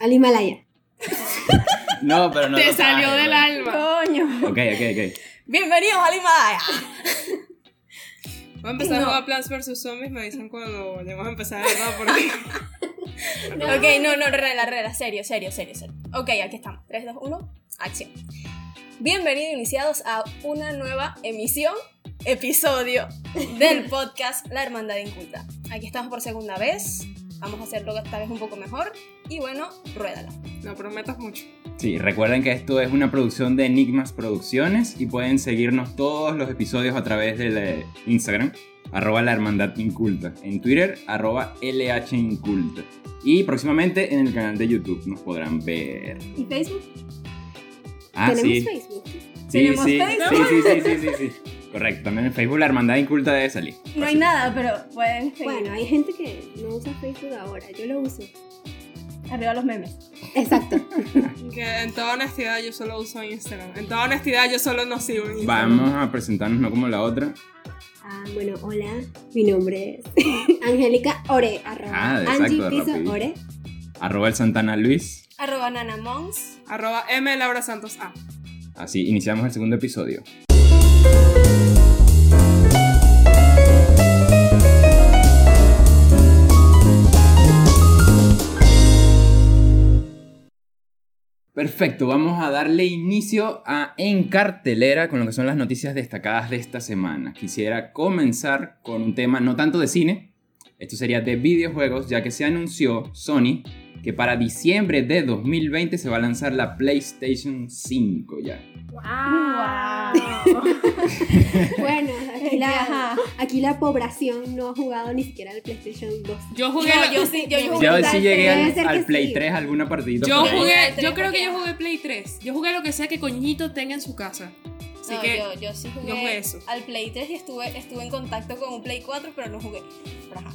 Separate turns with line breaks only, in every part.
Al Himalaya.
No, pero no.
Te
lo
salió
sabes,
del
¿no?
alma.
Coño.
Ok, ok, ok.
Bienvenidos a Himalaya.
Voy a empezar a
No.
jugar Plants vs Zombies. Me avisan cuando vamos a empezar, ¿verdad? Porque
Ok, no, no, regla, regla, serio, serio, serio, serio. Ok, aquí estamos. 3, 2, 1, acción. Bienvenidos iniciados a una nueva emisión, episodio del podcast La Hermandad Inculta. Aquí estamos por segunda vez. Vamos a hacerlo esta vez un poco mejor. Y bueno, ruédala.
no prometas mucho.
Sí, recuerden que esto es una producción de Enigmas Producciones y pueden seguirnos todos los episodios a través del eh, Instagram, arroba la hermandad inculta, en Twitter, arroba LH inculta. Y próximamente en el canal de YouTube nos podrán ver.
¿Y Facebook?
Ah,
Tenemos
sí.
Facebook.
Sí,
¿Tenemos
sí, sí,
Facebook?
sí, sí, sí, sí, sí. Correcto, también en Facebook la hermandad inculta debe salir.
No hay
Fácil.
nada, pero pueden
Bueno,
seguir.
hay gente que no usa Facebook ahora. Yo lo uso.
Arriba los memes.
Exacto.
Que en toda honestidad yo solo uso Instagram. En toda honestidad yo solo no sigo en Instagram.
Vamos a presentarnos no como la otra.
Ah, bueno, hola. Mi nombre es Angélica Ore. Arroba.
Ah, exacto,
Angie Piso
rapidito.
Ore.
Arroba el Santana Luis.
Arroba Nana Mons.
Arroba M Laura Santos A.
Así iniciamos el segundo episodio. Perfecto, vamos a darle inicio a En Cartelera con lo que son las noticias destacadas de esta semana. Quisiera comenzar con un tema no tanto de cine, esto sería de videojuegos, ya que se anunció Sony que para diciembre de 2020 se va a lanzar la PlayStation 5 ya.
Bueno, aquí la,
Ajá.
aquí la población no ha jugado ni siquiera al PlayStation 2.
Yo jugué.
No,
la-
yo sí, yo, yo
Yo
jugué
sí
al
llegué
debe
al,
ser
al
que
Play
sí.
3 alguna partidita.
Yo
por ahí.
jugué,
Play
yo creo que
tres,
yo jugué Play 3. Yo jugué lo que sea que Coñito tenga en su casa. Así
No,
que
yo, yo sí jugué,
yo jugué eso.
al Play 3 y estuve, estuve en contacto con un Play 4, pero no jugué. Pero ajá.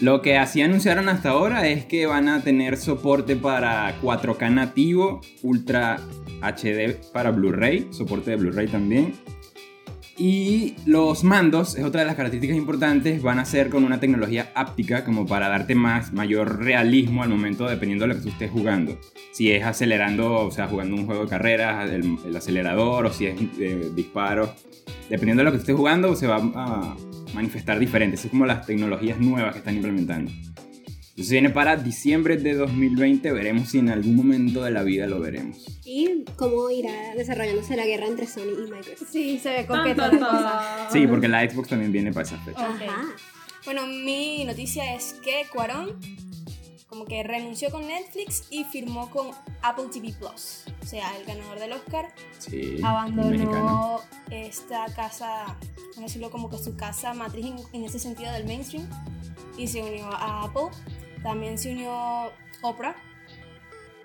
Lo que así anunciaron hasta ahora es que van a tener soporte para 4K nativo, Ultra HD para Blu-ray, soporte de Blu-ray también. Y los mandos, es otra de las características importantes, van a ser con una tecnología áptica como para darte más, mayor realismo al momento dependiendo de lo que tú estés jugando. Si es acelerando, o sea, jugando un juego de carreras, el, el acelerador, o si es eh, disparos. Dependiendo de lo que estés jugando, se va a manifestar diferente. Eso es como las tecnologías nuevas que están implementando. Entonces viene para diciembre de 2020, veremos si en algún momento de la vida lo veremos.
Y cómo irá desarrollándose la guerra entre Sony y Microsoft.
Sí, se ve
coqueta la cosa.
Sí, porque la Xbox también viene para esa fecha.
Ajá.
Bueno, mi noticia es que Cuarón como que renunció con Netflix y firmó con Apple TV Plus. O sea, el ganador del Oscar
Sí, un mexicano.
abandonó esta casa, vamos a decirlo como que su casa matriz en, en ese sentido del mainstream y se unió a Apple. También se unió Oprah.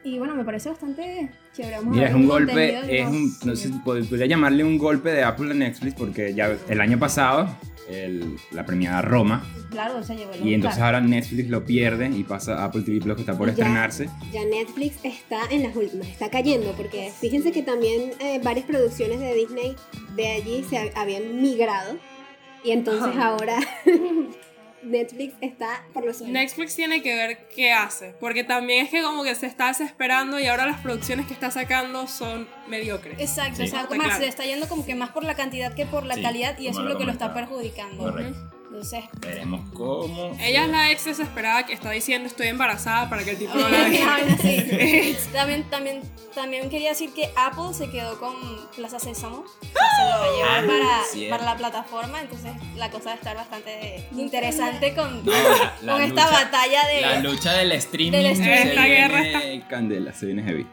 Y bueno, me parece bastante chévere. Vamos a
Mira,
ver
es un
contenido
golpe,
de
es
los-
un, no sé, si pod- podría llamarle un golpe de Apple a Netflix porque ya el año pasado el- la premiada Roma
Claro, se llevó el
y entonces
Oscar.
ahora Netflix lo pierde y pasa a Apple TV Plus que está por
Ya.
estrenarse.
Ya Netflix está en las últimas, está cayendo, porque fíjense que también eh, varias producciones de Disney de allí se ha- habían migrado y entonces
Ajá.
ahora Netflix está por los suelos.
Netflix tiene que ver qué hace, porque también es que como que se está desesperando y ahora las producciones que está sacando son mediocres.
Exacto, o
Sí. Ah, pues
sea,
Está
más
claro.
se está yendo como que más por la cantidad que por la
Sí,
calidad y eso es
como
lo
lo
que lo está
comentaba.
perjudicando. Entonces,
Veremos cómo.
Ella es la ex desesperada que está diciendo estoy embarazada para que el tipo no la vea.
Ay, sí. también, también, también quería decir que Apple se quedó con Plaza Sésamo, que se lo va a llevar
Ah,
para,
cierto.
para la plataforma, entonces la cosa va a estar bastante interesante con,
No, la-
con
la
esta
lucha-
batalla de...
La lucha del streaming.
Del
se
streaming. Esta guerra
viene Candela, se viene heavy.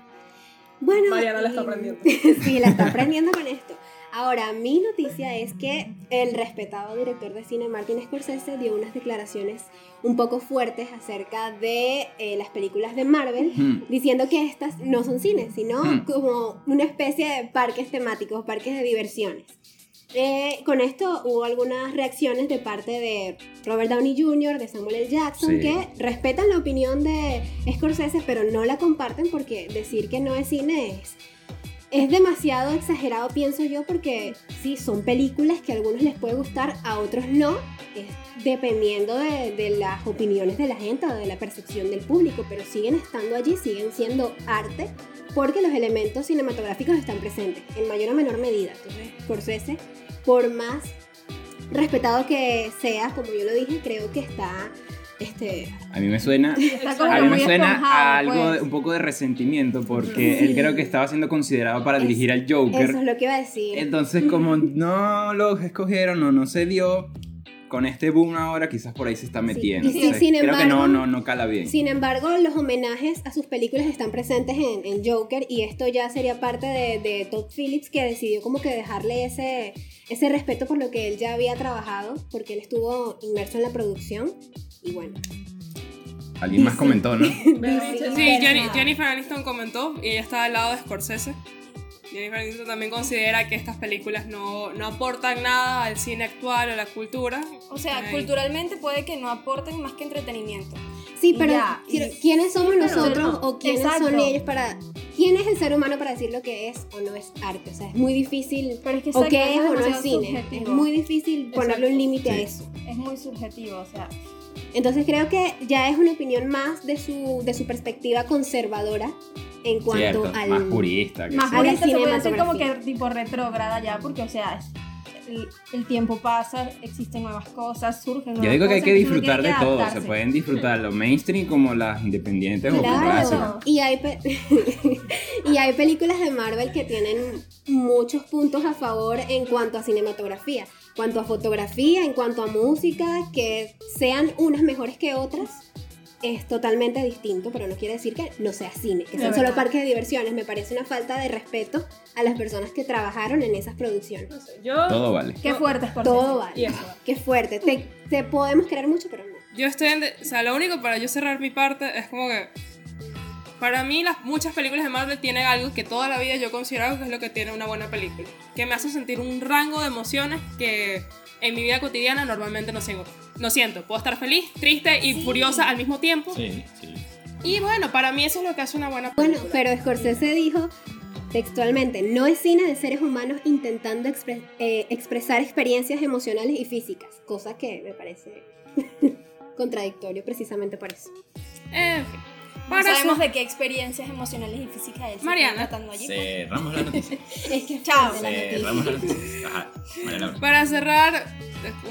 Bueno,
Mariana la
y-
está aprendiendo.
sí, la está aprendiendo con esto. Ahora, mi noticia es que el respetado director de cine Martin Scorsese dio unas declaraciones un poco fuertes acerca de eh, las películas de Marvel.
Hmm.
diciendo que estas no son cines, sino
Mm.
como una especie de parques temáticos, parques de diversiones. Eh, con esto hubo algunas reacciones de parte de Robert Downey Jr., de Samuel L.
Sí.
Jackson, que respetan la opinión de Scorsese, pero no la comparten porque decir que no es cine es, es demasiado exagerado, pienso yo, porque sí, son películas que a algunos les puede gustar, a otros no, es dependiendo de, de las opiniones de la gente o de la percepción del público, pero siguen estando allí, siguen siendo arte, porque los elementos cinematográficos están presentes, en mayor o menor medida. Entonces, Scorsese, por más respetado que sea, como yo lo dije, creo que está... Este,
A mí me suena,
está
a mí
muy
me suena a
esponjado,
algo,
pues.
de- un poco de resentimiento porque
Sí.
él creo que estaba siendo considerado para
Es-
dirigir al Joker.
Eso es lo que iba a decir.
Entonces, como no los escogieron o no se dio, con este boom ahora quizás por ahí se está metiendo.
y sí,
Entonces,
sin
creo que
embargo-
no, no, no cala bien.
Sin embargo, los homenajes a sus películas están presentes en, en Joker y esto ya sería parte de, de Todd Phillips que decidió como que dejarle ese, ese respeto por lo que él ya había trabajado, porque él estuvo inmerso en la producción. Y bueno,
Alguien más
dice-
comentó, ¿no?
dice-
Sí,
pero
Jenny-
nada.
Jennifer Aniston comentó y ella está al lado de Scorsese. Jennifer Aniston también considera que estas películas no, no aportan nada al cine actual, a la cultura.
O sea,
Ay.
culturalmente puede que no aporten más que entretenimiento.
Sí, pero
Ya, y-
quiero- ¿quiénes somos
pero-
nosotros
no,
o quiénes
exacto.
son ellos para... ¿Quién es el ser humano para decir lo que es o no es arte? O sea, es muy difícil...
Pero es que
O
exacto,
qué es o no es
demasiado
cine. Es
subjetivo.
muy difícil ponerle un
Exacto.
límite a
Sí.
eso.
Es muy subjetivo, o sea.
Entonces creo que ya es una opinión más de su, de su perspectiva conservadora en cuanto
Cierto,
al...
más purista. Que
Más
a la
ahorita se puede decir como que
cinematografía.
tipo retrógrada ya, porque, o sea, es- el, el tiempo pasa, existen nuevas cosas, surgen nuevas
Yo digo que hay
cosas,
que
entonces uno
disfrutar
tiene
de
que
todo. Se
adaptarse.
pueden disfrutar los mainstream como las independientes o clásicas.
Claro, y hay, pe- y hay películas de Marvel que tienen muchos puntos a favor en cuanto a cinematografía, cuanto a fotografía, en cuanto a música, que sean unas mejores que otras, es totalmente distinto, pero no quiere decir que no sea cine, que
De
sean solo
verdad.
parques de diversiones. Me parece una falta de respeto a las personas que trabajaron en esas producciones.
No sé, yo.
Todo vale.
Qué fuerte es por
Todo
Y
vale.
eso.
Qué fuerte. Te, te podemos querer mucho, pero no.
Yo estoy en... de- o sea, lo único para yo cerrar mi parte es como que... Para mí las muchas películas de Marvel tienen algo que toda la vida yo he considerado que es lo que tiene una buena película. Que me hace sentir un rango de emociones que en mi vida cotidiana normalmente no siento. No siento. Puedo estar feliz, triste y furiosa al mismo tiempo.
Sí, sí.
Y bueno, para mí eso es lo que hace una buena película.
Bueno, pero Scorsese dijo textualmente, no es cine de seres humanos intentando expre- eh, expresar experiencias emocionales y físicas, cosa que me parece contradictorio precisamente por eso.
En fin.
No
Para
sabemos
su-
de qué experiencias emocionales y físicas él se está
Mariana.
tratando allí.
Cerramos la noticia.
Es que
Chao.
de la noticia.
Cerramos la noticia. Ajá. María Laura.
Para cerrar,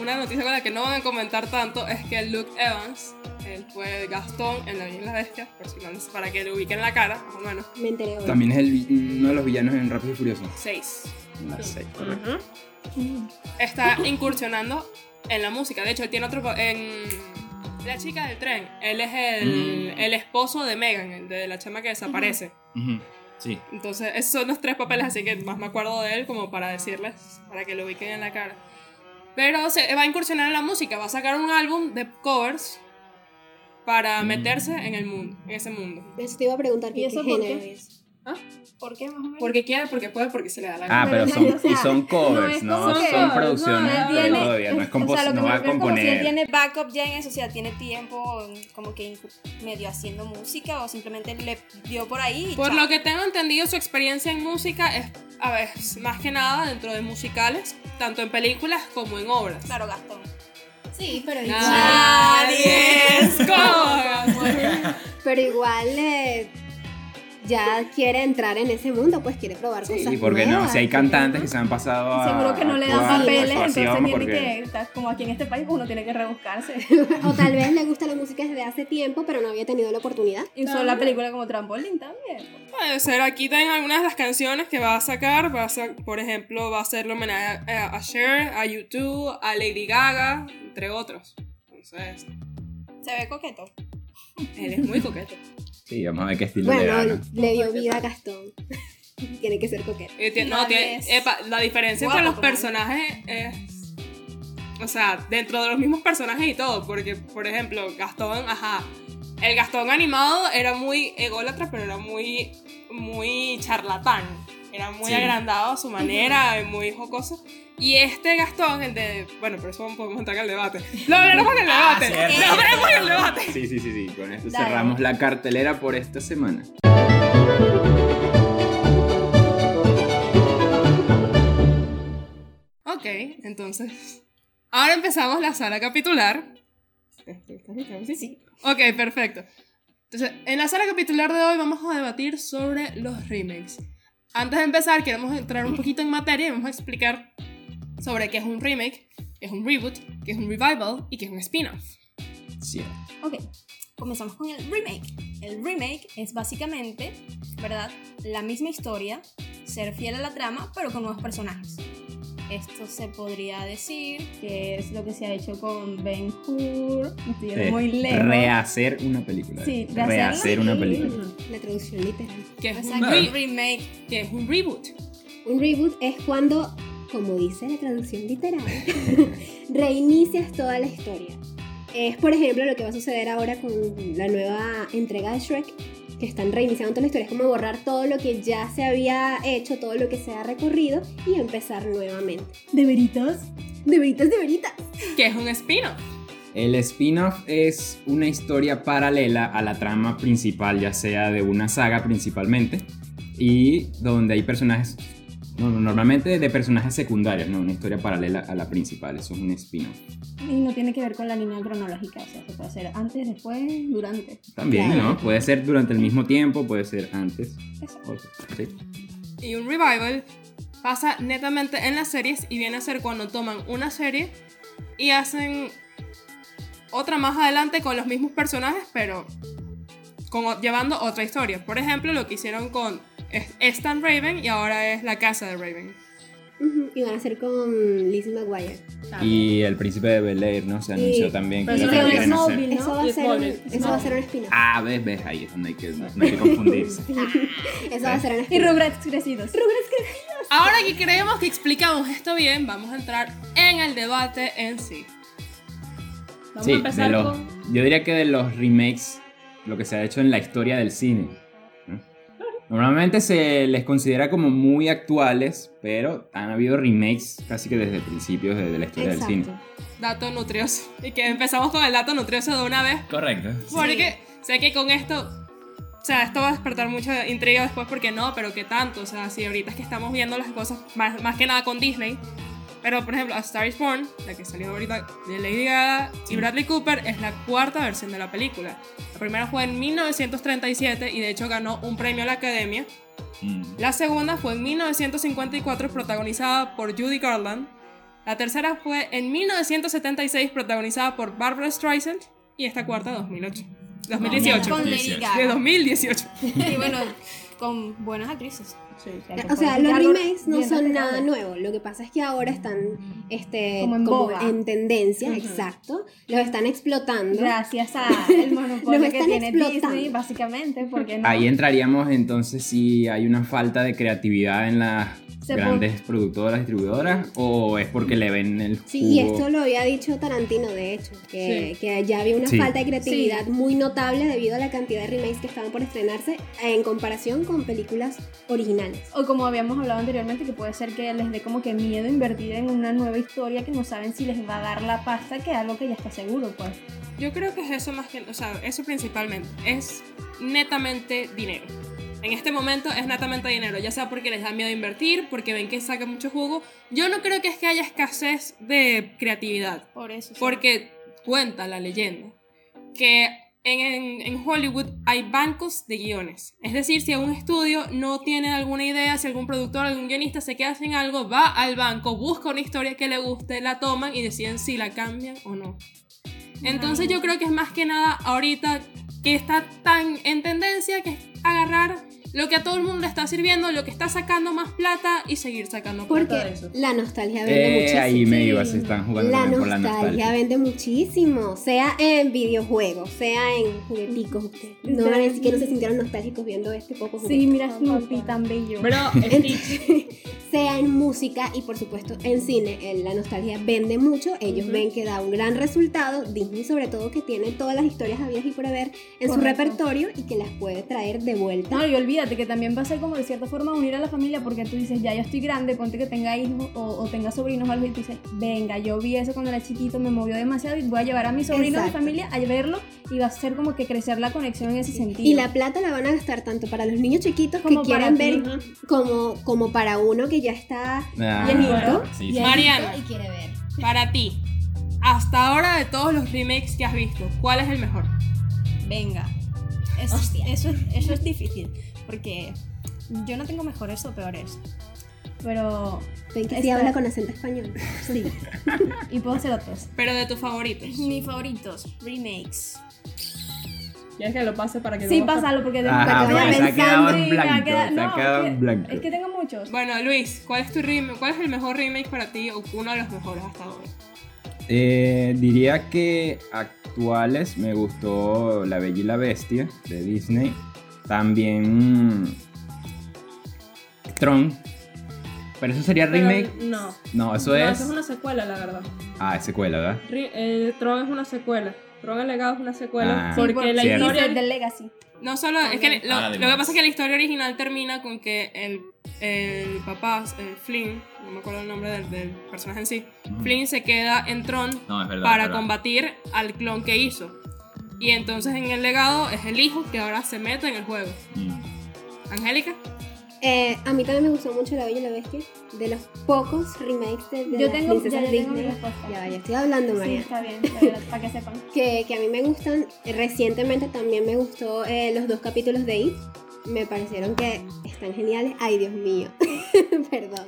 una noticia con la que no van a comentar tanto es que Luke Evans, él fue Gastón en La Bella y la Bestia, por si no les- para que le ubiquen la cara, más o menos.
Me enteré hoy.
También es el vi- uno de los villanos en Rápido y Furioso.
Seis.
La seis, correcto.
Está incursionando en la música. De hecho, él tiene otro. pa- En La chica del tren. Él es el,
Mm.
el esposo de Megan, el de la chama que desaparece.
Ujú. Sí.
Entonces, esos son los tres papeles, así que más me acuerdo de él como para decirles, para que lo ubiquen en la cara. Pero se va a incursionar en la música, va a sacar un álbum de covers para
Mm.
meterse en el mundo, en ese mundo.
Eso te iba a preguntar
¿Y
que, qué
eso por
género
qué?
es.
¿Por qué más o menos?
Porque quiere, porque puede, porque se le da la gana.
Ah, pero
Pero,
son,
o sea,
y son covers,
no
no,
es como que-
son
no,
producciones
él
pero
tiene-
todavía, no, es
o sea,
compos-
lo que
no
me
va a
refiero es como si él
componer.
tiene-
Tiene backup ya en eso, o sea, tiene tiempo como que incu- medio haciendo música o simplemente le dio por ahí. y
Por
chao.
lo que tengo entendido, su experiencia en música es, a ver, más que nada dentro de musicales, tanto en películas como en obras.
Claro, Gastón.
Sí, pero Ah.
Nadie es como-
Pero igual eh, ya quiere entrar en ese mundo, pues quiere probar cosas
Y porque no,
nuevas.
si hay cantantes que se han pasado a.
Seguro que no le dan
actuar,
papeles,
actuación,
entonces tiene
porque-
que, está- como aquí en este país, uno tiene que rebuscarse.
O tal vez le gusta la música desde hace tiempo, pero no había tenido la oportunidad.
Y usó la película como trampolín también.
Puede ser, aquí tienen algunas de las canciones que va a sacar, va a ser- por ejemplo, va a ser homenaje a, a Cher, a YouTube, a Lady Gaga, entre otros. Entonces,
Se ve coqueto.
él es muy coqueto.
Sí, vamos a ver qué estilo le
Bueno,
dan.
le,
¿no?
dio vida a Gastón. Tiene que ser coqueto.
Eh, tie- no,
Nadie
tiene-
es
epa, la diferencia entre
guapo
los
como él.
personajes es... O sea, dentro de los mismos personajes y todo, porque, por ejemplo, Gastón, ajá, el Gastón animado era muy ególatra, pero era muy, muy charlatán. Era muy
Sí.
agrandado a su manera, muy jocoso. Y este Gastón, el de... Bueno, pero eso podemos entrar al debate. Lo hablaremos en el
Ah,
debate.
cierto.
lo hablaremos en el debate.
Sí, sí, sí, sí. Con esto
Dale.
cerramos la cartelera por esta semana.
Entonces, ahora empezamos la sala capitular. Sí, sí. Ok, perfecto. Entonces, en la sala capitular de hoy vamos a debatir sobre los remakes. Antes de empezar, queremos entrar un poquito en materia y vamos a explicar sobre qué es un remake, qué es un reboot, qué es un revival y qué es un spin-off.
Sí.
Ok, comenzamos con el remake. El remake es básicamente, ¿verdad? La misma historia, ser fiel a la trama, pero con nuevos personajes. Esto se podría decir.
que es lo que se ha hecho con Ben Hur. Estuvieron
Eh,
muy lejos.
Rehacer una película.
Sí, de hacerlo
rehacer una
y-
película.
Mm, La traducción literal.
Que es, un,
Exacto,
re-
el remake.
que es un reboot.
Un reboot es cuando, como dice la traducción literal, reinicias toda la historia. Es, por ejemplo, lo que va a suceder ahora con la nueva entrega de Shrek, que están reiniciando toda la historia. Es como borrar todo lo que ya se había hecho, todo lo que se ha recorrido y empezar nuevamente.
¿De veritas?
De veritas, de veritas.
Que es un spin-off.
El spin-off es una historia paralela a la trama principal, ya sea de una saga principalmente, y donde hay personajes, no, no, normalmente de personajes secundarios, no, una historia paralela a la principal, eso es un spin-off.
Y no tiene que ver con la línea cronológica, o sea, se puede hacer antes, después, durante.
También,
Claro.
¿no? Puede ser durante el mismo tiempo, puede ser antes. o- sí.
y un revival pasa netamente en las series y viene a ser cuando toman una serie y hacen otra más adelante con los mismos personajes, pero con o- llevando otra historia. Por ejemplo, lo que hicieron con es- Stan Raven y ahora es la casa de Raven.
Ujú, Y van a ser con Lizzie McGuire.
Y el príncipe de Bel Air, ¿no? Se
Y-
anunció también que
pero eso
lo
no es
quieren hacer.
móvil. ¿No?
Eso va a
Y
ser un,
Smallville.
eso va a ser un spin-off.
Ah, ves, ves, ahí es donde hay que, no hay que confundirse.
Eso va a
Ah.
ser un
Y
spin-off.
Rugrats crecidos.
Ahora que creemos que explicamos esto bien, vamos a entrar en el debate en sí.
Vamos
Sí,
a
de
empezar
los-
con.
yo diría que de los remakes, lo que se ha hecho en la historia del cine. ¿no? Normalmente se les considera como muy actuales, pero han habido remakes casi que desde principios de, de la historia del cine.
Exacto.
Dato nutrioso. Y que empezamos con el dato nutrioso de una vez
Correcto.
Porque sé que con esto, o sea, esto va a despertar mucha intriga después porque no, pero qué tanto, o sea, si ahorita es que estamos viendo las cosas más, más que nada con Disney, pero por ejemplo, A Star is Born, la que salió ahorita de Lady Gaga y Bradley Cooper, es la cuarta versión de la película. La primera fue en 1937 y de hecho ganó un premio a la Academia.
Mm.
La segunda fue en 1954 protagonizada por Judy Garland. La tercera fue en 1976 protagonizada por Barbara Streisand. Y esta cuarta 2008. 2018.
Con Lady
18.
De
Gaga.
2018.
Y bueno, con buenas actrices.
O sea, los remakes no son nada nuevo. Lo que pasa es que ahora están este,
Mm. Como en boga.
en tendencia,
Ujú.
exacto. Los están explotando.
Gracias al monopolio
Los
que
están
tiene
explotando.
Disney, básicamente, porque no.
Ahí entraríamos entonces si hay una falta de creatividad en las
Se
grandes productoras, distribuidoras, o es porque le ven el jugo.
Sí, y esto lo había dicho Tarantino, de hecho, que, que ya había una
Sí.
falta de creatividad muy notable debido a la cantidad de remakes que estaban por estrenarse en comparación con películas originales.
O como habíamos hablado anteriormente, que puede ser que les dé como que miedo invertir en una nueva historia que no saben si les va a dar la pasta que algo que ya está seguro, pues.
Yo creo que es eso más que. O sea, eso principalmente. Es netamente dinero. En este momento es netamente dinero, ya sea porque les da miedo invertir, porque ven que saca mucho jugo. Yo no creo que es que haya escasez de creatividad.
Por eso. sí.
Porque cuenta la leyenda que en, en- en Hollywood hay bancos de guiones. Es decir, si un estudio no tiene alguna idea, si algún productor, algún guionista se queda sin algo, va al banco, busca una historia que le guste, la toman y deciden si la cambian o no. Entonces yo creo que es más que nada ahorita que está tan en tendencia que es agarrar lo que a todo el mundo le está sirviendo, lo que está sacando más plata y seguir sacando plata.
Porque
eso.
la nostalgia vende
Eh,
muchísimo.
ahí me iba, se están jugando
La
también por
nostalgia,
la nostalgia.
vende muchísimo, sea en videojuegos, sea en jugueticos. Ustedes no van a decir que no se sintieron nostálgicos viendo este poco
Sí,
juguete.
mira Snoopy tan bello.
Bro, Stitch.
Sea en música y por supuesto en cine, eh, la nostalgia vende mucho, ellos ven que da un gran resultado, Disney sobre todo que tiene todas las historias habidas y por haber en su
Correcto.
repertorio y que las puede traer de vuelta.
No, y olvídate que también va a ser como de cierta forma unir a la familia porque tú dices, ya yo estoy grande, ponte que tenga hijos o, o tenga sobrinos o algo y tú dices, venga, yo vi eso cuando era chiquito, me movió demasiado y voy a llevar a mi sobrino, a mi
Exacto.
familia a verlo y va a ser como que crecer la conexión en ese sentido.
Y la plata la van a gastar tanto para los niños chiquitos que
Como para
quieren
ti,
ver como, como para uno que ya está.
Ah,
Bienito.
sí,
Y
sí.
ahí
Mariana.
está Y quiere ver.
Para ti, hasta ahora de todos los remakes que has visto, ¿cuál es el mejor?
Venga. Eso,
Hostia.
eso, es- eso es difícil. Porque yo no tengo mejores o peores. Pero.
Ven que sí
Está-
habla con acento español. Sí.
Y puedo hacer otros.
Pero de tus favoritos.
Mis favoritos, remakes.
¿Quieres que lo pase para que
Sí,
luego-
pásalo porque de
Ajá,
voy a
pues, se ha
pensar,
quedado en
sí, me va a
blanco.
quedar-
Se ha
no,
quedado en blanco.
Es que tengo muchos.
Bueno, Luis, ¿cuál es tu remake? ¿Cuál es el mejor remake para ti o uno de los mejores hasta ahora?
Eh, diría que actuales me gustó La Bella y la Bestia de Disney. También mm, Tron. Pero eso sería
Pero
remake.
No.
No, eso
No,
es.
eso es una secuela, la verdad.
Ah, es secuela, ¿verdad?
Ri- eh, Tron es una secuela. Tron el legado es una secuela.
Ah. Sí,
porque
por-
la
sí,
cierto.
historia.
del Legacy.
No solo, es que lo,
Ah,
lo
de
que
más.
pasa es que la historia original termina con que el, el papá, el Flynn, no me acuerdo el nombre del, del personaje en sí,
Mm.
Ujú.
Flynn se queda en Tron
No, es verdad.
para
es verdad.
combatir al clon que hizo. Y entonces en el legado es el hijo que ahora se mete en el juego.
Mm.
Angélica,
Eh, a mí también me gustó mucho La Bella y la Bestia. De los pocos remakes de, de
Yo
las
tengo- ya,
princesas
ya tengo mi
Disney.
respuesta.
ya, ya estoy hablando,
Sí,
María.
está bien, de verdad, para que sepan.
que, que a mí me gustan. eh, Recientemente también me gustó eh, los dos capítulos de It. Me parecieron que están geniales. Ay, Dios mío. Perdón.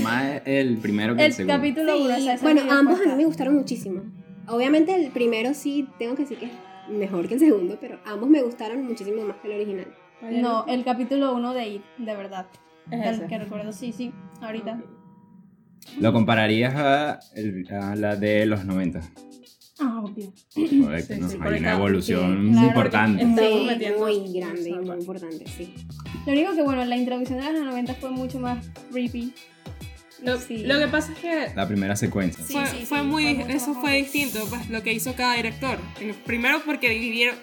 Más el primero que el,
El
segundo.
capítulo 1,
Sí, bueno, ambos a mí me gustaron muchísimo. Obviamente el primero sí, tengo que decir que es mejor que el segundo, pero ambos me gustaron muchísimo más que el original.
No, el capítulo 1 de IT, de verdad.
Es
El
ese.
que recuerdo, sí, sí, ahorita.
Lo compararías a, el- a la de los 90.
Ah, obvio.
Correcto,
Sí,
¿no?
sí,
Hay
correcto.
una evolución
Sí, claro.
importante.
Estamos
Sí,
metiendo-
muy grande y muy
Exacto.
importante, sí.
Lo único que, bueno, la introducción de las 90 fue mucho más creepy.
Lo,
Sí.
lo que pasa es que.
La primera secuencia.
Sí,
fue,
sí,
fue
sí,
muy,
fue mucho
eso
más
fue
joven.
distinto, pues lo que hizo cada director. En- Primero porque dividieron,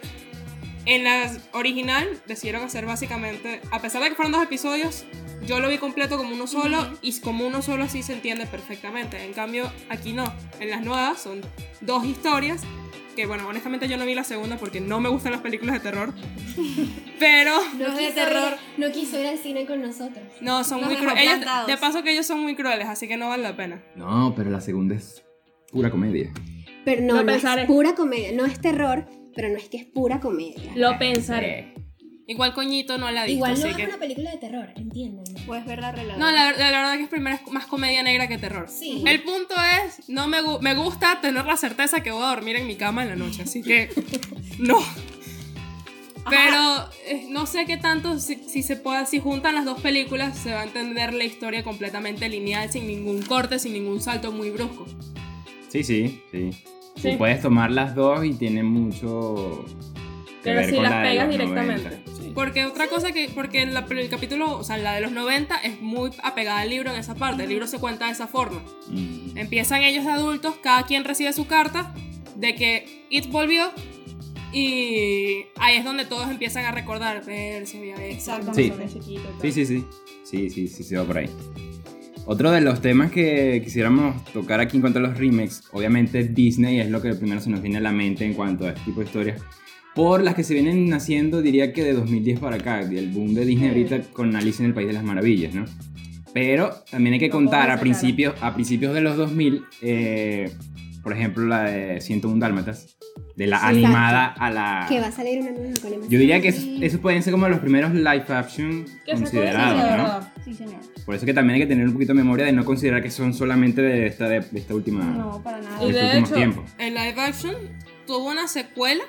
en la original decidieron hacer básicamente, a pesar de que fueron dos episodios, yo lo vi completo como uno solo y como uno solo así se entiende perfectamente. En cambio, aquí no. En las nuevas son dos historias, que bueno, honestamente yo no vi la segunda porque no me gustan las películas de terror, pero...
No
de
quiso
terror.
ir- no quiso ir al cine con nosotros.
No, son
Los
muy
dejó
crueles. Ellos-
plantados.
De paso que ellos son muy crueles, así que no vale la pena.
No, pero la segunda es pura comedia.
Pero no,
Lo
no, es
pensaré.
pura comedia. No es terror, pero no es que es pura comedia.
Lo pensaré.
Este, Igual coñito no la ha visto,
Igual no
así
es
que...
una película de terror, entienden.
pues,
Puedes ver la relación.
No, la, la verdad que es primero es más comedia negra que terror.
Sí.
El punto es, no me, gu- me gusta tener la certeza que voy a dormir en mi cama en la noche, así que no. Pero eh, no sé qué tanto, si, si se puede, si juntan las dos películas, se va a entender la historia completamente lineal, sin ningún corte, sin ningún salto muy brusco.
Sí, sí, sí. Tú
Sí.
puedes tomar las dos y tiene mucho. que
Pero
ver
si
con
las
la de
pegas
los
directamente.
90.
Porque otra cosa que, porque en la- el capítulo, o sea, la de los 90 es muy apegada al libro en esa parte, el libro se cuenta de esa forma.
Mm.
Empiezan ellos de adultos, cada quien recibe su carta de que It volvió y ahí es donde todos empiezan a recordar, ver si había esto.
Exacto.
Sí.
Sobre chiquito y tal.
Sí, sí, sí. Sí, sí, sí, se va por ahí. Otro de los temas que quisiéramos tocar aquí en cuanto a los remakes, obviamente Disney es lo que primero se nos viene a la mente en cuanto a este tipo de historias. Por las que se vienen naciendo, diría que de 2010 para acá, el boom de Disney ahorita con Alice en el País de las Maravillas, ¿no? Pero también hay que
No puedo
contar a
sacar.
principios, a principios de los 2000, eh, por ejemplo, la de 101 Dálmatas, de la
Exacto.
animada a la...
Que va a salir una nueva con
Yo diría que es- esos pueden ser como los primeros live action
Que sacó
considerados,
ese, la
¿no?
verdad.
Sí, señor.
Por eso que también hay que tener un poquito de memoria de no considerar que son solamente de esta, de, de esta última.
No, para
de
nada.
Y
estos
de
últimos
hecho-
tiempos.
El live action tuvo una secuela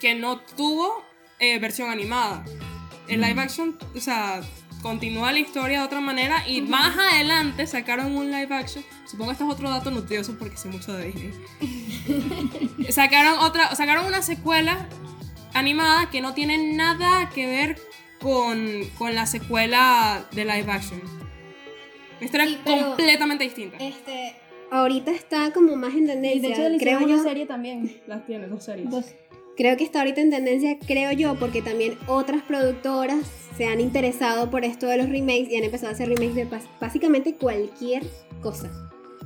que no tuvo eh, versión animada. El live action, o sea, continúa la historia de otra manera y más adelante sacaron un live action. Supongo que este es otro dato nutrioso porque sé mucho de Disney. sacaron otra, sacaron una secuela animada que no tiene nada que ver con, con la secuela de live action. Una historia
Sí, pero-
completamente distinta.
Este, ahorita está como más en
Y de
tendencia.
hecho, le
creo
hicieron
yo.
una serie también.
Las tiene, dos series.
Dos.
Creo que está ahorita en tendencia, creo yo, porque también otras productoras se han interesado por esto de los remakes y han empezado a hacer remakes de bas- básicamente cualquier cosa.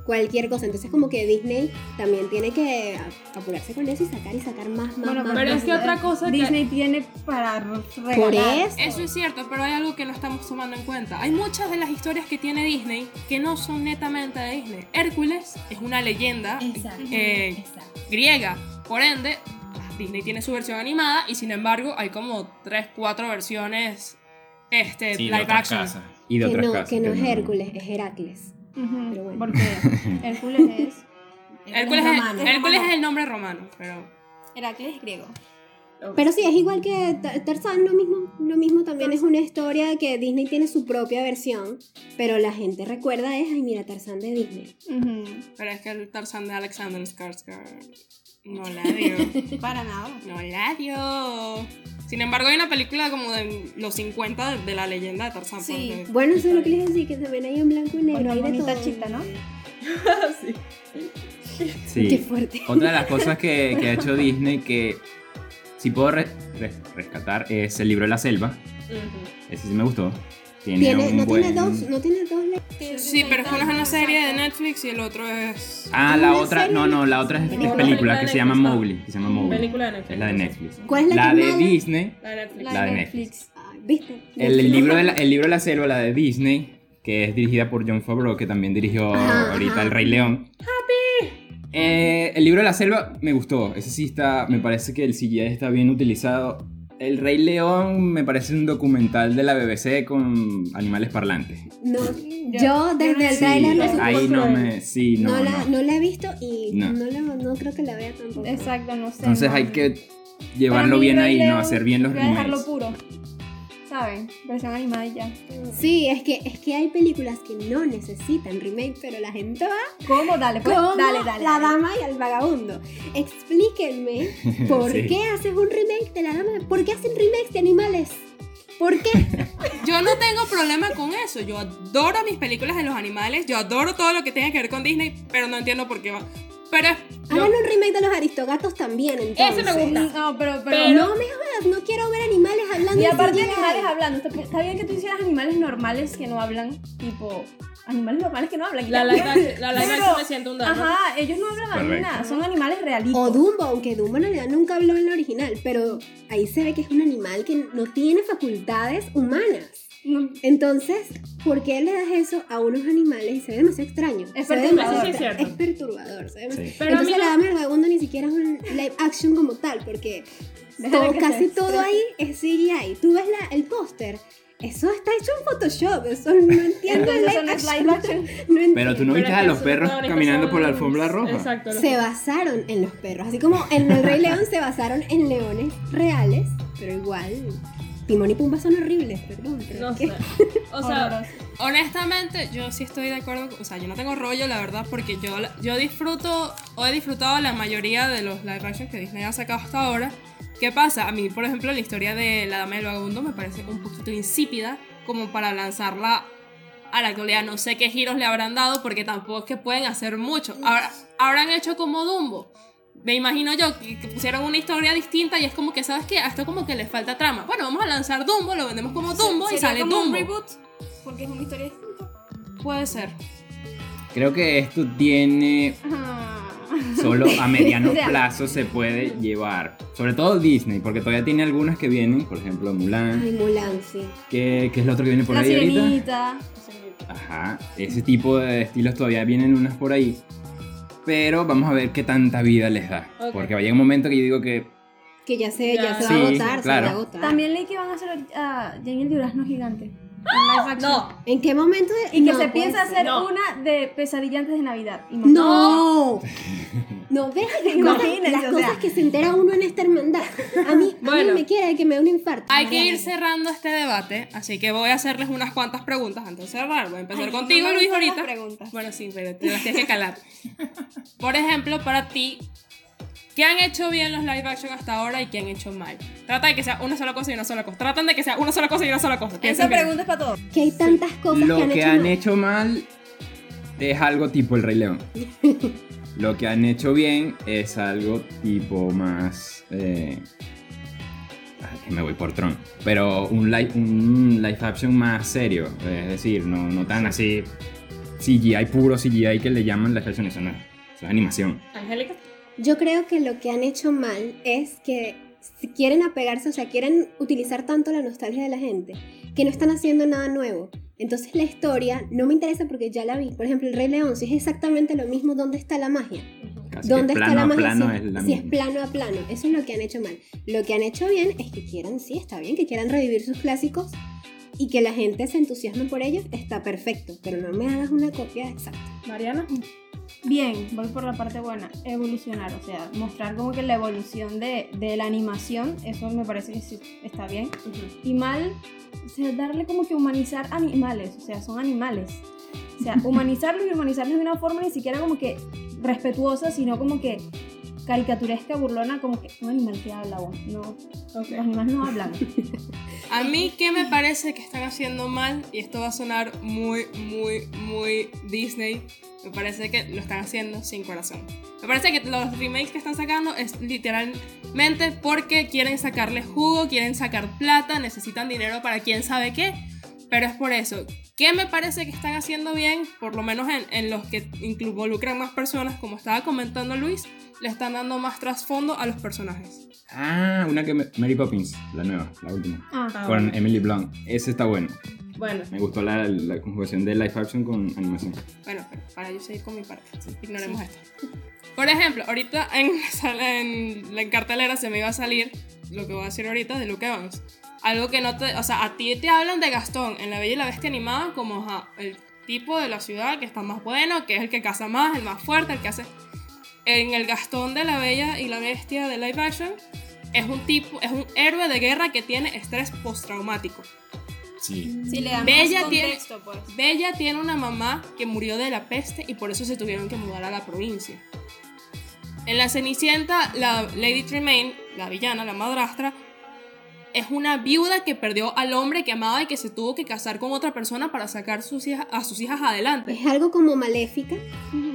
cualquier cosa. Entonces como que Disney también tiene que a- apurarse con eso y sacar y sacar más, más,
Bueno,
más.
Pero
más.
es que otra cosa que
Disney tiene para regalar.
Por eso.
Eso es cierto, pero hay algo que no estamos tomando en cuenta. Hay muchas de las historias que tiene Disney que no son netamente de Disney. Hércules es una leyenda
Exacto.
Eh,
exacto.
griega, por ende, Disney tiene su versión animada y sin embargo hay como 3, 4 versiones este,
Sí, de
live
otras
action.
casas.
Y de
que
otras
no,
casas.
que no es Hércules, es Heracles.
Ujú,
Pero bueno.
Porque Hércules es.
Hércules, es,
romano.
Hércules es el nombre romano, pero
Heracles es griego.
Pero sí, es igual que Tar- Tarzán, lo mismo, lo mismo también es una historia que Disney tiene su propia versión, pero la gente recuerda es, ay mira, Tarzán de Disney.
ujú,
Pero es que el Tarzán de Alexander Skarsgård no la dio.
Para nada.
no la dio. Sin embargo, hay una película como de los 50 de, de la leyenda de Tarzán.
Sí.
porque-
Bueno, eso es lo que les decía, que también hay en blanco y negro.
Bueno,
hay de
bonita
todo.
chita, ¿no?
sí.
Sí.
Qué fuerte.
Otra de las cosas que, que ha hecho Disney que si puedo re- res- rescatar es el libro de la selva. Ese sí me gustó. Tiene
Tiene,
un
no
buen...
tiene dos, no tiene dos le-
Sí, pero es que uno es una serie de Netflix y el otro es.
Ah,
¿Tiene
la
una
otra,
serie
no,
de
no, la otra es,
Netflix?
es película que se llama
Película de
Mowgli, que se llama Mowgli,
Película de Netflix.
es la de Netflix.
¿Cuál es la,
La
que
de
mala?
Disney,
La de Netflix.
la de Netflix.
Ay, ¿Viste?
El libro, de la, el libro de la selva, la de Disney, que es dirigida por John Favreau, que también dirigió
Ajá,
ahorita
ajá.
El Rey León. Eh, el libro de la selva me gustó. Ese sí está, me parece que el CGI está bien utilizado. El Rey León me parece un documental de la BBC con animales parlantes.
No, yo desde el
Sí,
trailer lo supe.
ahí no me, sí, no,
No, la,
no.
no la he visto y
No.
no, la- no creo que la vea tampoco.
Exacto, no sé.
Entonces
no.
hay que llevarlo
Para mí,
bien
Rey
ahí, no
León,
hacer bien los
Voy a dejarlo
remakes.
puro. ¿Saben? Versión animada y ya.
Sí, es que, es que hay películas que no necesitan remake, pero la gente va
¿Cómo? Dale, pues.
como
Dale, dale.
la
dale.
dama y el vagabundo. Explíquenme por
Sí.
qué haces un remake de la dama, por qué hacen remakes de animales. ¿Por qué?
Yo no tengo problema con eso. Yo adoro mis películas de los animales. Yo adoro todo lo que tenga que ver con Disney, pero no entiendo por qué va. Pero es. yo-
Hagan un remake de los aristogatos también, entonces.
Ese me gusta.
No, pero, pero,
No me jodas, no quiero ver animales hablando.
Y aparte
CGI.
animales hablando. Está- Está bien que tú hicieras animales normales que no hablan, tipo animales normales que no hablan.
La live action- la live
Pero-
action me siento un daño.
Ajá, ellos no hablan
Correcto.
nada, son animales realistas.
O Dumbo, aunque Dumbo en realidad nunca habló en la original, pero ahí se ve que es un animal que no tiene facultades humanas.
No,
Entonces, ¿por qué le das eso a unos animales y se ve demasiado extraño?
Es
Se ve
perturbador.
demasiado
Eso sí es
extra-
cierto.
es perturbador. se ve demasiado-
Sí.
Pero a mí
Entonces, la
no-
dama del vagabundo ni siquiera es un live action como tal, porque
Déjala
todo-
que
casi
se-
todo ahí es CGI. Tú ves la- el póster, eso está hecho en Photoshop, eso no entiendo el
Entonces eso
live
no es
action.
live action.
no entiendo.
Pero tú no
Pero
viste
es
a
que
los
son
perros
protagonistas
caminando
son-
por la alfombra roja.
Exacto. los-
Se basaron en los perros, así como en el Rey León se basaron en leones reales, pero igual Timón y Pumba son horribles, perdón. pero
No
es que-
sé. O sea,
Horroroso.
Honestamente, yo sí estoy de acuerdo. O sea, yo no tengo rollo, la verdad, porque yo, yo disfruto o he disfrutado la mayoría de los live actions que Disney ha sacado hasta ahora. ¿Qué pasa? A mí, por ejemplo, la historia de La Dama del Vagabundo me parece un poquito insípida como para lanzarla a la actualidad. No sé qué giros le habrán dado porque tampoco es que pueden hacer mucho. Habrá- habrán hecho como Dumbo. Me imagino yo que, que pusieron una historia distinta y es como que, ¿sabes qué? A esto como que les falta trama. Bueno, vamos a lanzar Dumbo, lo vendemos como Dumbo y
Sería
sale
como
Dumbo.
un reboot porque es una historia distinta.
Puede ser.
Creo que esto tiene
Ajá.
solo a mediano
O sea-
plazo se puede llevar. Sobre todo Disney, porque todavía tiene algunas que vienen, por ejemplo Mulan,
Ay, Mulan, sí.
que, que es lo otro que viene por
La
ahí ahorita.
sirenita.
Ajá, ese tipo de estilos todavía vienen unas por ahí. Pero vamos a ver qué tanta vida les da.
Ok.
Porque va a llegar un momento que yo digo que
Que ya se, ya
Ya.
se va a
Sí, claro.
agotar, se va a agotar.
También leí que van a hacer a Jane el Durazno gigante. en live action.
no.
¿En qué momento? de-
Y que
No,
se
puede
piensa
ser.
hacer
No.
una de pesadilla antes de Navidad. Y
¡No! No, ves las,
Imagínense,
cosas, las
o sea.
cosas que se entera uno en esta hermandad. A mí, a mí
Bueno.
me quiere que me dé un infarto.
Hay que ir cerrando este debate, así que voy a hacerles unas cuantas preguntas antes de cerrar. Voy a empezar contigo,
No me
Luis,
gustan las
ahorita.
preguntas.
Bueno, sí, pero te las tienes que calar. Por ejemplo, para ti, ¿qué han hecho bien los live action hasta ahora y qué han hecho mal? Trata de que sea una sola cosa y una sola cosa. Tratan de que sea una sola cosa y una sola cosa. Piensa
Esa
bien.
pregunta es para todos.
Que hay tantas cosas
lo
que han
que
hecho.
han
mal.
hecho mal es algo tipo el Rey León. lo que han hecho bien es algo tipo más. eh, ah, que me voy por Tron. Pero un live, un live action más serio. Es decir, no, no tan así CGI puro, CGI que le llaman las canciones, eso no es, eso es animación.
Angélica.
Yo creo que lo que han hecho mal es que si quieren apegarse, o sea, quieren utilizar tanto la nostalgia de la gente, que no están haciendo nada nuevo. Entonces la historia no me interesa porque ya la vi. Por ejemplo, el Rey León, si es exactamente lo mismo, ¿dónde está la magia?
Casi que
¿Dónde
plano
está la
a
magia?
plano
si
es la
si
misma.
es plano a plano. Eso es lo que han hecho mal. Lo que han hecho bien es que quieran, sí, está bien, que quieran revivir sus clásicos y que la gente se entusiasme por ellos, está perfecto. Pero no me hagas una copia exacta.
Mariana.
Bien, voy por la parte buena, evolucionar, o sea, mostrar como que la evolución de, de la animación, eso me parece que sí está bien. Y mal, o sea, darle como que humanizar animales, o sea, son animales. O sea, humanizarlos y humanizarlos de una forma ni siquiera como que respetuosa, sino como que caricaturesca, burlona, como que un animal que habla, vos, no, los animales no hablan.
A mí que me parece que están haciendo mal, y esto va a sonar muy, muy, muy Disney, me parece que lo están haciendo sin corazón. Me parece que los remakes que están sacando es literalmente porque quieren sacarle jugo, quieren sacar plata, necesitan dinero para quién sabe qué, pero es por eso. ¿Qué me parece que están haciendo bien? Por lo menos en, en los que inclu- involucran más personas, como estaba comentando Luis, le están dando más trasfondo a los personajes.
Ah, una que me- Mary Poppins, la nueva, la última.
Ah,
Con Emily Blunt. Ese está bueno.
Bueno,
Me gustó la, la conjugación de live action con animación.
Bueno, pero para yo seguir con mi parte, ignoremos esto. Por ejemplo, ahorita en, la sala- en la cartelera se me iba a salir lo que voy a decir ahorita de Luke Evans. Algo que no te. O sea, a ti te hablan de Gastón en La Bella y la Bestia animada como ajá, el tipo de la ciudad que está más bueno, que es el que caza más, el más fuerte, el que hace. En el Gastón de La Bella y la Bestia de live action, es un tipo, es un héroe de guerra que tiene estrés postraumático.
Sí.
Sí, le dan
Bella
más
tiene-
contexto, pues.
Bella tiene una mamá que murió de la peste y por eso se tuvieron que mudar a la provincia. En La Cenicienta, la Lady Tremaine, la villana, la madrastra, es una viuda que perdió al hombre que amaba y que se tuvo que casar con otra persona para sacar sus hijas- a sus hijas adelante.
Es algo como maléfica,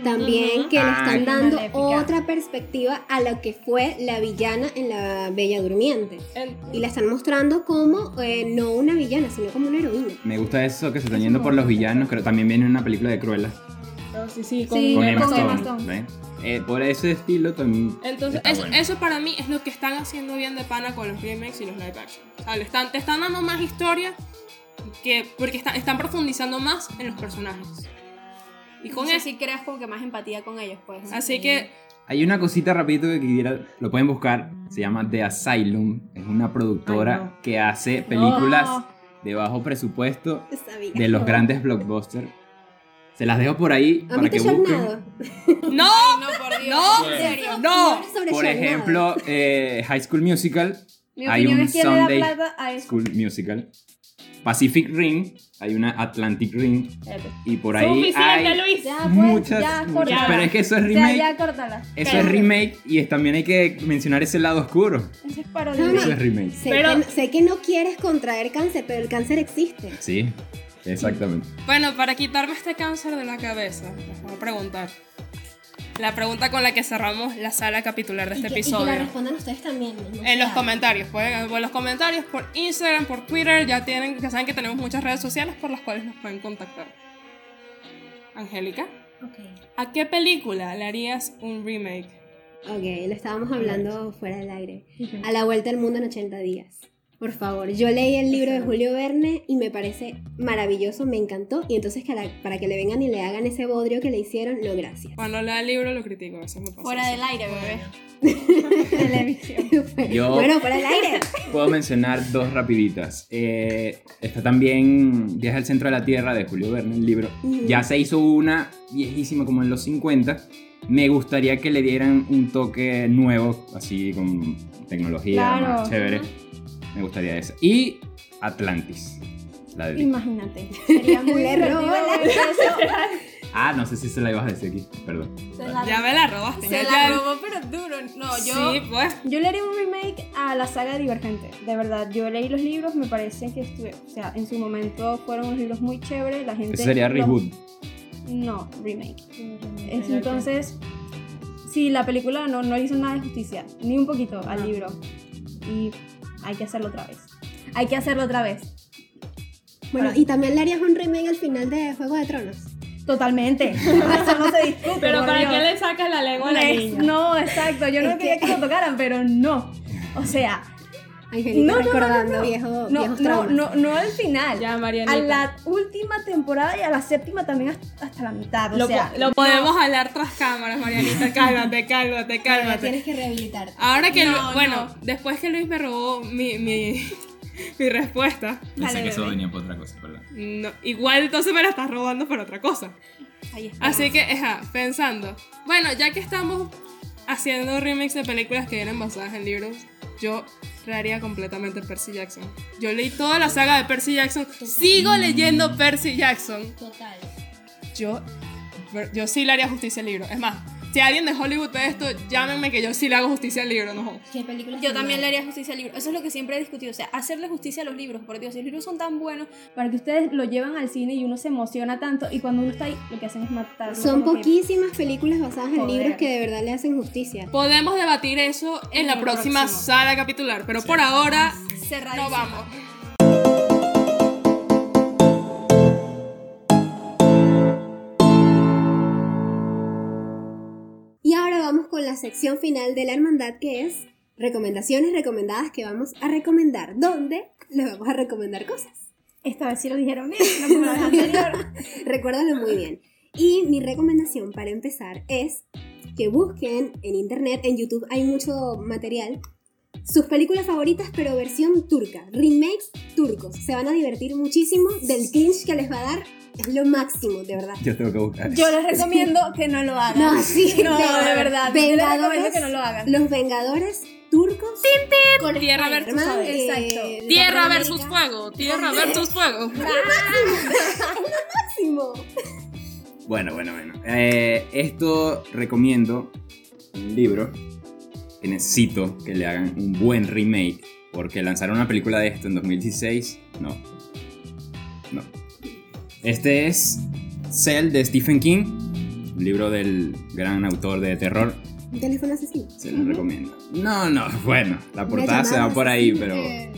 también que le
Ah,
están dando
Maléfica.
otra perspectiva a lo que fue la villana en La Bella Durmiente.
en-
Y la están mostrando como eh, no una villana, sino como una heroína.
Me gusta eso que se están yendo por los villanos, pero también viene una película de Cruella
no, sí, sí, con,
Sí,
con Emma
con Emma
Stone. ¿ves? Eh, por ese estilo también.
Entonces,
está
Eso,
bueno.
eso para mí es lo que están haciendo bien de pana con los remakes y los live action. O sea, le están, te están dando más historia que, porque está- están profundizando más en los personajes. Y con
Entonces
eso.
sí creas como que más empatía con ellos, pues.
Así que
Hay una cosita rapidito que quisiera, lo pueden buscar, se llama The Asylum, es una productora
Ay, no.
que hace películas de bajo presupuesto
Sabía.
de los grandes blockbusters. Se las dejo por ahí
¿Han
para que
visto
busquen.
Sharknado?
¡No!
No, por Dios.
¡No!
en serio.
¡No!
Sobre
Por
Sharknado.
ejemplo, eh, High School Musical,
Mi
hay
opinión
un
es que le da
Sunday
plata a eso.
School Musical, Pacific Ring, hay una Atlantic Ring y por ahí
Suficiente,
hay
Luis.
Ya, pues,
muchas,
ya,
muchas-
córtala.
pero es que eso es
O sea,
remake.
ya, córtala.
Eso es remake y es- también hay que mencionar ese lado oscuro.
Eso es
No,
parodia.
no.
Eso es remake.
Sé,
Pero-
que, sé que no quieres contraer cáncer, pero el cáncer
Este
existe.
Sí, exactamente.
Bueno, para quitarme este cáncer de la cabeza, les voy a preguntar. La pregunta con la que cerramos la sala capitular de
Y
este
que- y que
episodio.
la respondan ustedes también. ¿no?
En los
Claro.
comentarios, pueden por los comentarios, por Instagram, por Twitter, ya tienen, ya saben que tenemos muchas redes sociales por las cuales nos pueden contactar. Angélica,
Ok.
¿a qué película le harías un remake?
Ok, lo estábamos hablando fuera del aire. A la vuelta al mundo en 80 días. Por favor, yo leí el libro de Julio Verne y me parece maravilloso, me encantó. Y entonces que la- para que le vengan y le hagan ese bodrio que le hicieron, no gracias.
Cuando lea el libro lo critico, eso me pasa.
Fuera del aire, bebé.
Televisión.
Yo-
Bueno, fuera del aire.
Puedo mencionar dos rapiditas. Eh, está también Viaje al Centro de la Tierra de Julio Verne, el libro.
Mm.
Ya se hizo una viejísima como en los 50. Me gustaría que le dieran un toque nuevo, así con tecnología
Claro.
más chévere. Me gustaría eso. Y Atlantis. La de Disney.
Imagínate. Sería muy
Le
divertido
robó la
ver eso.
Ah, no sé si se la ibas a decir aquí. Perdón.
Se la,
Ya me la robaste.
se
ya-
la
ya-
robó, pero duro. No, yo.
Sí, pues.
Yo le haría un remake a la saga Divergente. De verdad, yo leí los libros, me parece que estuve. O sea, en su momento fueron unos libros muy chéveres. La gente.
Eso sería
los-
reboot.
No, remake. Es- entonces, sí, la película no, no le hizo nada de justicia, ni un poquito al libro. Y hay que hacerlo otra vez. Hay que hacerlo otra vez.
Bueno, y también le harías un remake al final de Juego de Tronos.
Totalmente. Eso no se discute.
Pero
por
¿para
Dios.
qué le sacas la lengua a la
Es-
niña?
No, exacto. Yo no quería que lo tocaran, pero no. O sea, No,
Angelita
no, no,
recordando
no, no.
viejo-
no,
viejos
no,
traumas.
no, no al final.
Ya,
a
Marianita.
la última temporada y a la séptima también hasta, hasta la mitad. O
Lo,
sea,
po- lo podemos hablar tras cámaras, Marianita. Cálmate, cálmate,
Ahora
cálmate.
Tienes que rehabilitarte.
Ahora que, Lu- bueno, después que Luis me robó mi, mi, mi respuesta,
Pensé que eso venía por otra cosa, perdón.
no, igual entonces me la estás robando para otra cosa.
ahí está.
Así que, ajá, pensando. Bueno, ya que estamos haciendo remakes de películas que vienen basadas en libros, yo traería completamente Percy Jackson. Yo leí toda la saga de Percy Jackson. Sigo leyendo Percy Jackson.
Total.
Yo, yo sí le haría justicia al libro. Es más, si alguien de Hollywood ve esto, llámenme que yo sí le hago justicia al libro, no jodas.
¿Qué películas
Yo
te
también le
mandan?
haría justicia al libro. Eso es lo que siempre he discutido. O sea, hacerle justicia a los libros. Por Dios, los libros son tan buenos.
Para que ustedes lo llevan al cine y uno se emociona tanto y cuando uno está ahí lo que hacen es matarlo.
Son
como que-
poquísimas películas basadas en
Joder.
libros que de verdad le hacen justicia.
Podemos debatir eso en la
el
próxima
próximo.
sala capitular, pero por ahora
Cerradísimo.
no vamos.
Y ahora vamos con la sección final de la hermandad que es recomendaciones recomendadas que vamos a recomendar. ¿Dónde les vamos a recomendar cosas?
Esta vez sí lo dijeron bien, no como la vez anterior.
Recuérdalo muy bien. Y mi recomendación para empezar es que busquen en internet, en YouTube hay mucho material, sus películas favoritas pero versión turca, remakes turcos. Se van a divertir muchísimo del cringe que les va a dar. Es lo máximo, de verdad.
Yo tengo que buscar.
Yo les recomiendo que no lo hagan.
No, sí,
No, de verdad. Yo les recomiendo
Vengadores,
que no lo hagan.
Los Vengadores turcos. Con
Tierra
Spider-Man,
versus
fuego.
eh,
Exacto.
Tierra
Capitán
versus
América.
fuego, tierra versus fuego.
Máximo.
Bueno, bueno, bueno. Eh, esto recomiendo un libro que necesito que le hagan un buen remake. Porque lanzar una película de esto en 2016, no. No. Este es Cell de Stephen King, un libro del gran autor de terror.
Un teléfono asesino.
Se lo recomiendo. No, no, bueno, la portada se va
llamada
por ahí,
asesina
pero,
que-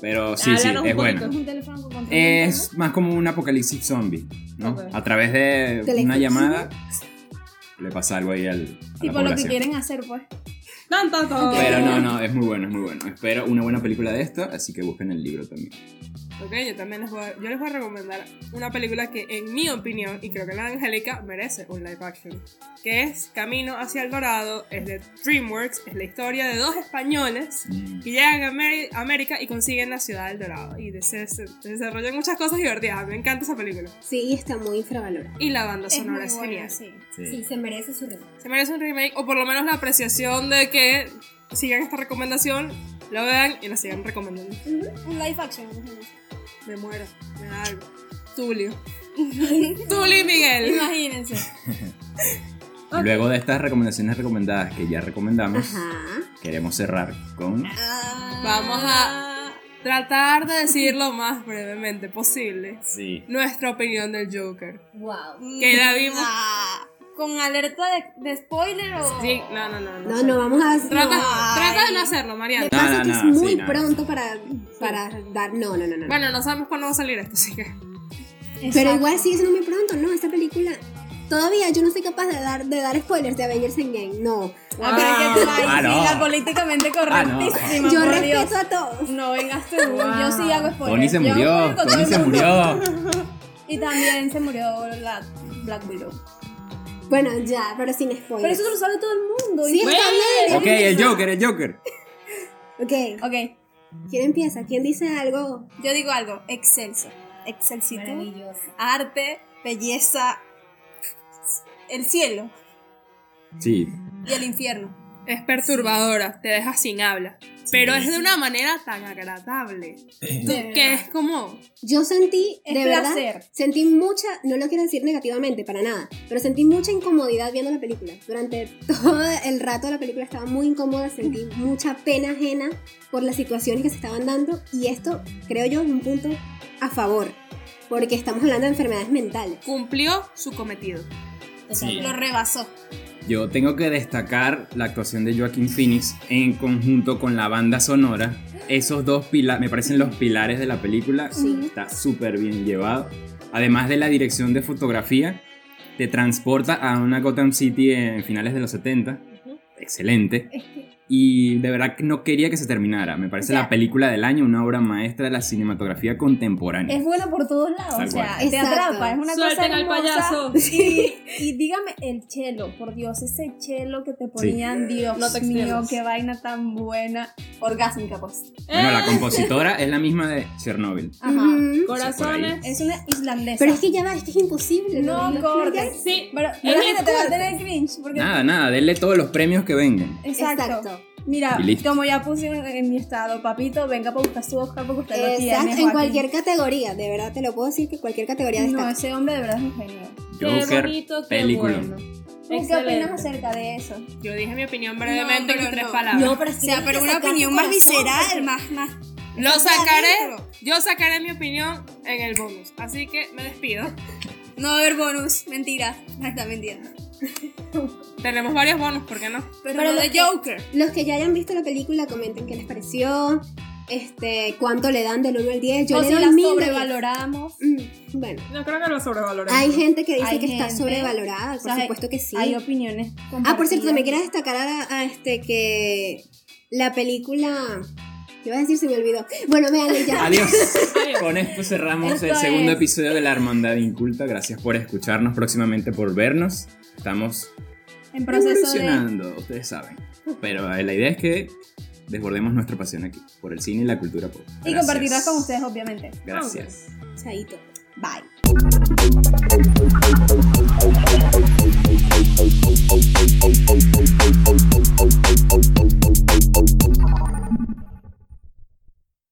pero sí, sí,
Háblanos un
es
poquito.
buena.
Es un teléfono con control
Es más como un apocalipsis zombie, ¿no?
Ok.
A través de
Teléfono.
una llamada le pasa algo ahí al, a la
Tipo lo que
población.
quieren hacer, pues.
Tan, tan, tan.
Pero no, no, es muy bueno, es muy bueno. Espero una buena película de esto, así que busquen el libro también.
Ok, yo también les voy a, yo les voy a recomendar una película que en mi opinión, y creo que la de Angélica, merece un live action, que es Camino hacia el Dorado, es de DreamWorks, es la historia de dos españoles
Mm.
que llegan a Ameri- a América y consiguen la ciudad del Dorado y des- se desarrollan muchas cosas divertidas, me encanta esa película.
Sí, está muy infravalorado.
Y la banda
Es muy
sonora es,
buena,
genial.
sí.
Sí, se merece su regalo.
Se merece un remake, o por lo menos la apreciación de que sigan esta recomendación, lo vean y la sigan recomendando.
Un live action. imagínense.
Me muero, me da algo. Tulio. Tulio y Miguel.
Imagínense.
Luego de estas recomendaciones recomendadas que ya recomendamos,
Ajá.
queremos cerrar con
Vamos a tratar de decir lo más brevemente posible
sí,
nuestra opinión del Joker.
Wow.
Mm.
Que la vimos.
Ah, Con alerta de, de spoiler o.
Sí, no, no, no. no
No,
sé.
no, vamos a.
Trata,
no.
trata de no hacerlo, Mariana.
No,
Pasa
no,
que
no,
es
sí,
muy
no.
pronto para, para dar. No, no, no, no.
Bueno, no sabemos cuándo va a salir esto, así que.
Pero igual sigue siendo muy pronto, ¿no? Esta película. Todavía yo no soy capaz de dar, de dar spoilers de Avengers Endgame. No.
Ah, pero es que tú ahí
Ah,
sí,
no.
la políticamente
Ah, no.
correctísima.
Yo
por
respeto
Dios.
a todos.
No vengas tú. Yo sí hago spoilers.
Tony
Yo
se
hago
murió,
spoilers con
Tony
todo
se
el mundo.
murió.
Y también se murió la Black Widow.
Pues. Bueno, ya, pero sin
Pero
spoilers.
eso lo sabe todo el mundo.
Sí, está hablando
Ok,
de-
el Joker, el Joker.
Ok,
Ok,
¿quién empieza? ¿Quién dice algo?
Yo digo algo. Excelso. Excelsitud.
Maravilloso.
Arte. Belleza. El cielo.
Sí,
Y el infierno.
Es perturbadora, te deja sin habla. Pero es de una manera tan agradable. Que es como.
Yo sentí,
Es
de verdad,
placer.
sentí mucha, no lo quiero decir negativamente, para nada, pero sentí mucha incomodidad viendo la película. Durante todo el rato la película estaba muy incómoda, sentí mucha pena ajena por las situaciones que se estaban dando y esto, creo yo, es un punto a favor, porque estamos hablando de enfermedades mentales.
Cumplió su cometido.
Sí.
Lo rebasó.
Yo tengo que destacar la actuación de Joaquín Phoenix en conjunto con la banda sonora. Esos dos pilares, me parecen los pilares de la película.
Sí.
Está súper bien llevado. Además de la dirección de fotografía, te transporta a una Gotham City en finales de los 70. Excelente. Y de verdad que no quería que se terminara. Me parece
O sea,
la película del año, una obra maestra de la cinematografía contemporánea.
Es buena por todos lados,
Tal
o sea,
cual.
te
Exacto.
atrapa, es una
Suelten
cosa
al
hermosa.
payaso.
Y, y dígame el chelo, por Dios, ese chelo que te ponían, Dios
No te
mío,
extremes.
qué vaina tan buena, orgásmica pues.
Bueno, la compositora es la misma de Chernobyl.
Ajá.
Corazones.
Es una islandesa.
Pero es que ya va, esto es imposible.
No, corta.
fluyes.
Sí.
Pero
Y
la
es
gente te va a tener cringe porque
Nada, nada, denle todos los premios que vengan.
Exacto.
Exacto.
Mira,
Y listo.
como ya puse en, en mi estado, papito, venga para buscar su Oscar porque usted lo tiene.
Exacto, en
Joaquín.
cualquier categoría, de verdad te lo puedo decir que cualquier categoría
No,
destaca.
ese hombre de verdad es un genio.
Joker,
bonito, qué
película.
bueno.
¿Y ¿Qué
Excelente.
opinas acerca de eso?
Yo dije mi opinión brevemente
No, pero
con tres
no.
palabras.
pero es
O sea, pero una opinión más visceral, más, más.
Lo sacaré. Yo sacaré mi opinión en el bonus. Así que me despido.
No va a haber bonus, mentira. No está mentira.
Tenemos varios bonus, ¿por qué no?
Pero,
Pero
lo
lo
de
que-
Joker.
Los que ya hayan visto la película, comenten qué les pareció, este, cuánto le dan del 1 al 10. Yo
o
le
si
doy
la
mil de
sobrevaloramos.
diez. Mm, Bueno,
No creo que lo sobrevaloremos.
hay gente que dice
Hay
que está
gente-
sobrevalorada, por
o sea, hay-
supuesto que sí.
Hay opiniones.
Ah, por cierto,
compartidas.
también quiero destacar a, a este que la película. ¿Qué iba a decir? Se me olvidó. Bueno, vean ya.
Adiós. Con esto cerramos el
Esto
segundo
es.
episodio de La Hermandad Inculta. Gracias por escucharnos, próximamente por vernos. Estamos
En proceso de.
evolucionando, ustedes saben. Pero eh, la idea es que desbordemos nuestra pasión aquí, por el cine y la cultura pop.
Y
Gracias.
compartirlas con ustedes, obviamente.
Gracias.
Chaito.
Bye.